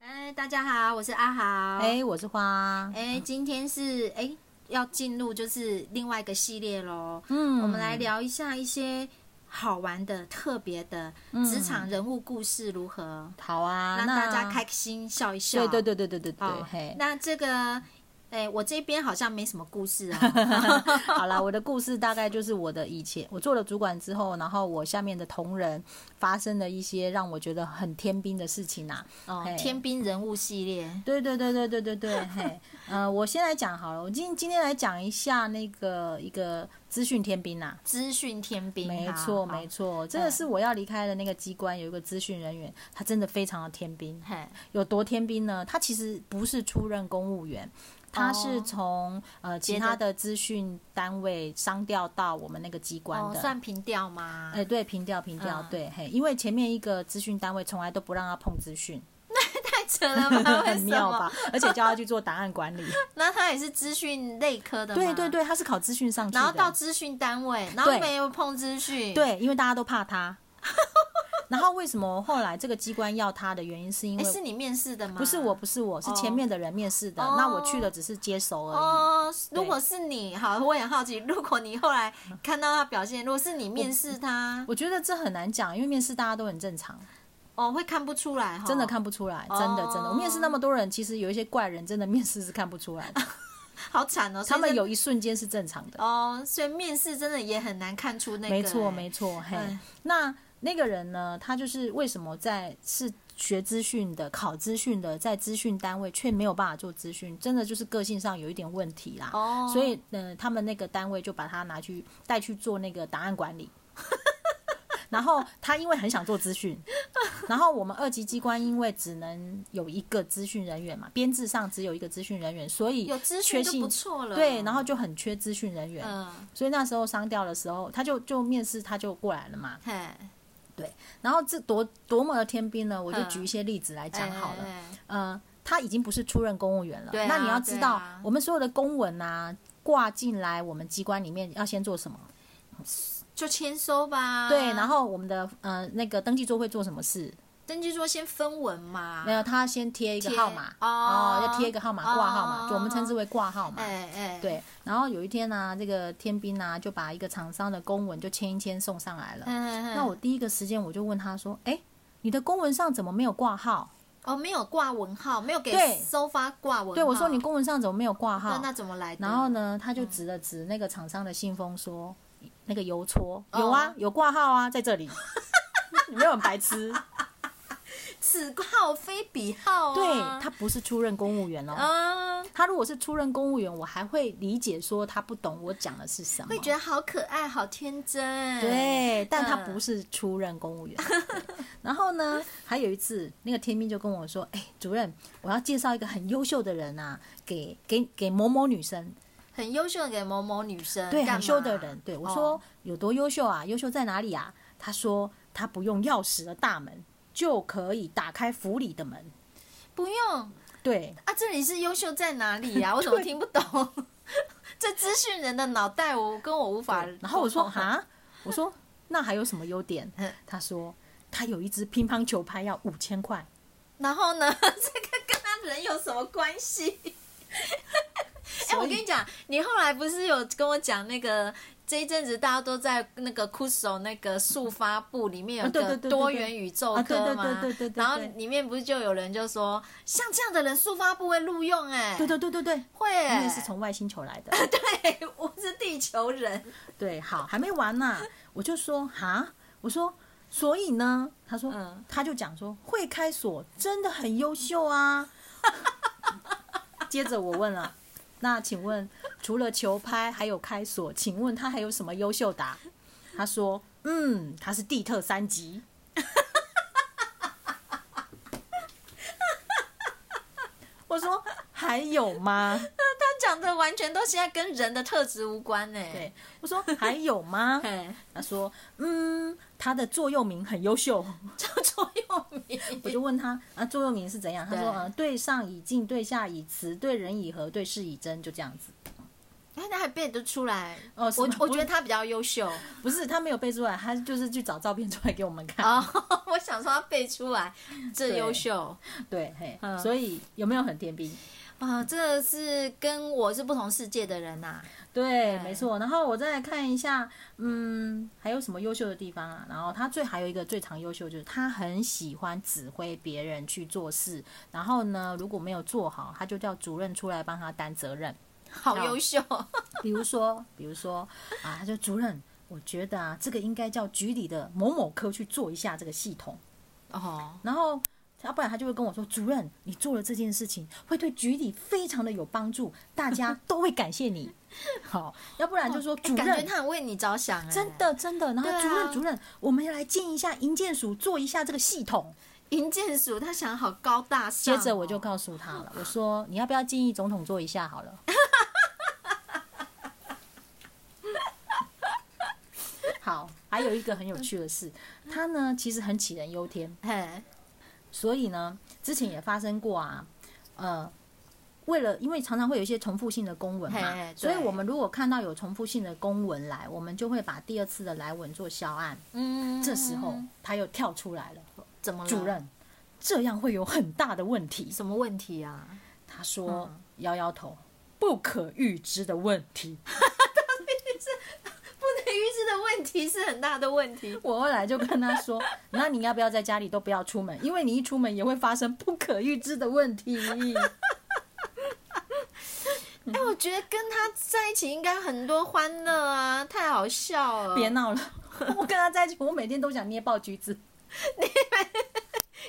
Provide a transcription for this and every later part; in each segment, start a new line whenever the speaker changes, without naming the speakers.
哎大家好，我是阿豪。
哎、我是花，
哎今天是哎、要进入就是另外一个系列喽。
嗯
我们来聊一下一些好玩的、特别的职场人物故事如何、
好嗯啊，
让
那
大家开心笑一笑。
对对对对对对对，
哦
嘿，
那这个。哎、我这边好像没什么故事 哦。
好啦，我的故事大概就是我的以前我做了主管之后，然后我下面的同仁发生了一些让我觉得很天兵的事情啊。
哦
嘿，
天兵人物系列，
对对对对对对对，嘿， 呃，我先来讲好了，我今今天来讲一下那个一个资讯天兵呐、啊
资讯天兵，
没错，
嗯好
没。错，这个是我要离开的那个机关有一个资讯人员，他真的非常的天兵，
好嘿，
有多天兵呢？他其实不是出任公务员，他是从、呃其
别哦的
他的资讯单位商调到我们那个机关
哦，
的。
算平调吗？
哎，对，平调平调，
嗯
对，嘿，因为前面一个资讯单位从来都不让他碰资讯，
太 扯了吧， 为
很
什
妙
么？
吧？而且叫他去做档案管 理，
那他也是资讯类科的，
对对。对，他是考资讯上去的，
啊然后到资讯单位，然后没有碰资讯，，
对，因为大家都怕他。 然后为什么后来这个机关要他的原因，是因
哎，
为
是你面试的吗？
不是我，不是我，是前面的人面试的，
哦
那我去了只是接手而已。
哦。如果是你，好，我也很好奇，如果你后来看到他表现，如果是你面试他，
我觉得这很难讲，因为面试大家都很正常，
哦，会看不出来，哈
真的，看不出来，真的真的。
哦
我面试那么多人，其实有一些怪人，真的面试是看不出来的。
好惨哦。
他们
所以
有一瞬间是正常
真
的，
的哦，所以面试真的也很难看出那个，
没错
哎
没错。嘿
哎，
那那个人呢？他就是为什么在是学资讯的、考资讯的，在资讯单位却没有办法做资讯，真的就是个性上有一点问题啦。
哦，
所以呃，他们那个单位就把他拿去带去做那个档案管理。 然后他因为很想做 资讯，然后我们二级机关因为只能有一个资讯人员嘛，编制上只有一个资讯人员，所以
有资讯
缺
就
信
不错了，
对，然后就很缺资讯人员。
嗯，
所以那时候商调的时候，他就就面试他就过来了嘛。
嘿，
然后这多多么的天兵呢，我就
嗯
举一些例子来讲好了。
哎，哎
呃，他已经不是出任公务员了。
对啊
那你要知道，
对啊
我们所有的公文啊，挂进来我们机关里面要先做什么？
哎就签收吧，
对，然后我们的呃那个登记桌会做什么事？
登记桌先分文嘛
没，有，他先贴一个
啊贴
号码
哦
要贴一个号码挂号码，
哦
就我们称之为挂号码。
哎哎，
对，然后有一天呢、这个天兵呢、就把一个厂商的公文就签一签送上来了。
嗯，
那
那
我第一个时间我就问他说：“哎，你的公文上怎么没有挂号？”
哦没有挂文号，没有给
对
收发挂文号。
对我说：“你公文上怎么没有挂
那
号？”
那怎么来的？
然后呢，他就指了指那个厂商的信封说：“那个邮戳
嗯哦
有啊，有挂号啊，在这里。” 你没有很 白痴，
此号非彼号啊。
对他不是出任公务员哦。
嗯，
他如果是出任公务员，我还会理解说他不懂我讲的是什么
会。觉得嗯好可爱，好天真。，
对，但他
嗯
不是出任公务员。对 然后呢，还有一次，那个天命就跟我说：“哎，主任，我要介绍一个很优秀的人啊，给给给某某女生。”
很优秀的给某某女生，
对，
干
很
嘛
秀的人。对我
哦
说有多优秀啊？优秀在哪里啊？他说他不用钥匙的大门就可以打开府里的门。
不用
对，
啊，这里是优秀在哪里啊 呀？我怎么听不懂？ 这资讯人的脑袋，我跟我无法。
然后我
哦
说啊，我说那还有什么优点
嗯？
他说他有一支乒乓球拍要五千块。
然后呢， 这个跟他人有什么关 系？哎、
所以
我跟你讲，你后来不是有跟我讲那个这一阵子大家都在那个 Kuso 那个速发部里面有
啊对
个
对对对
多元宇宙
啊对
科
对
吗？
对对对对对
然后里面不是就有人就说，像这样的人速发部会录用哎、
对对对对对，
会、
因
欸，
为是从外星球来的。
对，我是地球人，
对，好，还没完呢、我就说哈，我说，所以呢，他说，
嗯
他就讲说，会开锁真的很优秀啊。接着我问了，那请问除了球拍还有开锁，请问他还有什么优秀答？他说，嗯，他是地特三级。 我说还有吗？
他讲的完全都现在跟人的特质无关哎、
对，啊我说还有吗？
嘿，
他说：“嗯，他的座右铭很优秀。
叫座右铭，”
我就问他：“啊，座右铭是怎样？”他说：“
对
呃，对上以静，对下以慈，对人以和，对事以真，就这样子。”
哎，他还背得出来。
哦是
我
吗
我觉得他比较优秀。
不是他没有背出来，他就是去找照片出来给我们看。
哦，我想说他背出来，这
对
优秀
对，嘿，
嗯
所以有没有很天兵？
啊、这是跟我是不同世界的人啊呐、
对，没错。然后我再来看一下，嗯，还有什么优秀的地方啊？然后他最还有一个最常优秀就是他很喜欢指挥别人去做事，然后呢，如果没有做好，他就叫主任出来帮他担责任。
好优秀。
比如说，比如说啊，他就主任，我觉得啊，这个应该叫局里的某某科去做一下这个系统。
哦，
然后要不然他就会跟我说：“主任，你做了这件事情，会对局里非常的有帮助，大家都会感谢你。” 好，要不然就说：“
哎
主
感觉
任，
他很为你着想、哎
真。的真的。”然后
对啊
主任，主任，我们来建一下营建署，做一下这个系统。
银建署他想好高大上、哦
接着我就告诉他了，我说：“你要不要建议总统做一下好了？”好，还有一个很有趣的是，他呢其实很杞人忧天。
嘿，
所以呢，之前也发生过啊，呃，为了因为常常会有一些重复性的公文嘛
嘿，对
所以我们如果看到有重复性的公文来，我们就会把第二次的来文做销案。
嗯，
这时候他又跳出来了，
怎么了
主任，这样会有很大的问题。
什么问题啊？
他说，摇摇头，不可预知的问题。
不能预知的问题是很大的问题。
我后来就跟他说， 那你要不要在家里都不要出门？因为你一出门也会发生不可预知的问题。嗯
哎、我觉得跟他在一起应该很多欢乐啊，太好笑了。
别闹了，我跟他在一起，我每天都想捏爆橘子。
可是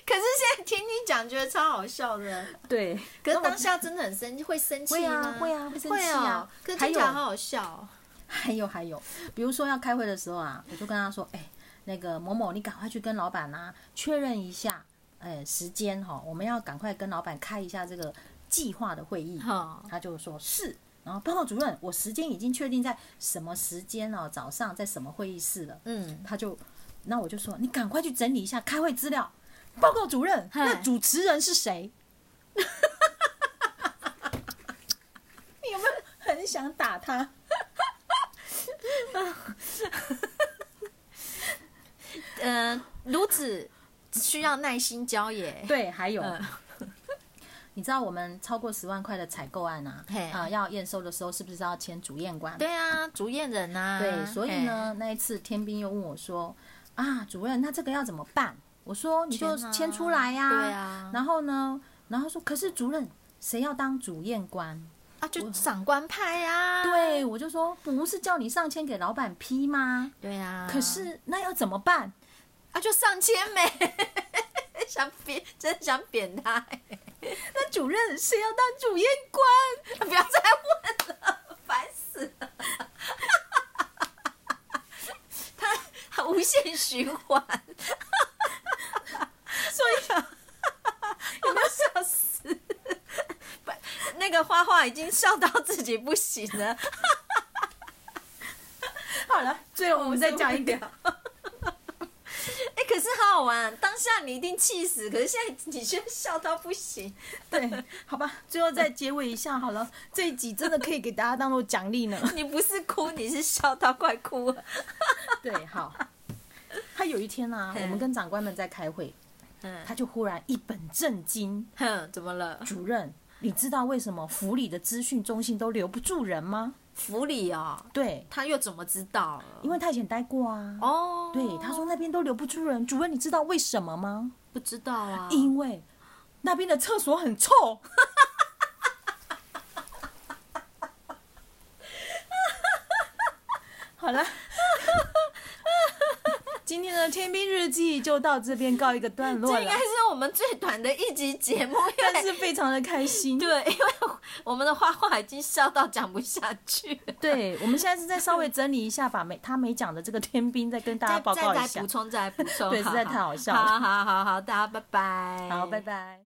现在听你讲，觉得超好笑的。
对，
可是
那我
当下真的很 生气，会生气
会
吗？
啊会啊会生
会
气
哦
啊
可是
还
听起来
有
好好笑哦。
还有还有，比如说要开会的时候啊，我就跟他说，哎、那个某某，你赶快去跟老板啊确认一下，哎、时间哈、我们要赶快跟老板开一下这个计划的会议。
哈，
他就说是，然后报告主任，我时间已经确定在什么时间哦，早上在什么会议室了。
嗯，
他就，那我就说你赶快去整理一下开会资料。报告主任，那
嗨
主持人是谁？ 你有没有很想打他？
呃，如此需要耐心教也。
对，还有，
嗯
你知道我们超过十万块的采购案啊
嘿，
啊、要验收的时候是不是要签主验官？
对啊，主演人啊。
对，所以
嘿，
呢，那一次天兵又问我说：“啊，主任，那这个要怎么办？”我说：“你就
签啊
签出来呀、
对啊
然后呢，然后说：“可是主任，谁要当主验官？”
啊，就长官派啊。
对，我就说：“不是叫你上签给老板批吗？
对啊。
可是那要怎么办？”
啊，就上千美， 想扁，真想扁他、
那主任谁要当主验官？
不要再问了，烦死了。他他无限循环，
所以
有没有笑死？不，那个花花已经笑到自己不行了。
好了，最后我们再讲一 个。
哎、可是好好玩，当下你一定气死，可是现在你却笑到不行。
对， 好吧，最后再结尾一下好了。这一集真的可以给大家当做奖励呢。
你不是哭，你是笑到快哭了。
对，好。 他有一天啊，
嗯
我们跟长官们在开会，
嗯，
他就忽然一本正经，
哼，怎么了？
主任，你知道为什么府里的资讯中心都留不住人吗？
福里哦，
对，
他又怎么知道了？
因为他以前待过啊。
哦，
对，他说那边都留不住人，主任，你知道为什么吗？
不知道啊。
因为那边的厕所很臭。 好了，今天的天兵日记就到这边告一个段落
这应
了
该，是我们最短的一集节目， 因
但
为
是非常的开心。
对，因为我们的花花已经笑到讲不下去了，
对，我们现在是再稍微整理一下，把没他没讲的这个天兵再跟大
再
家报
再
告一
来
下
补。充，再来补充，
对
好
实在
好
太好笑了
好好好好，大家拜拜，
好，拜。拜。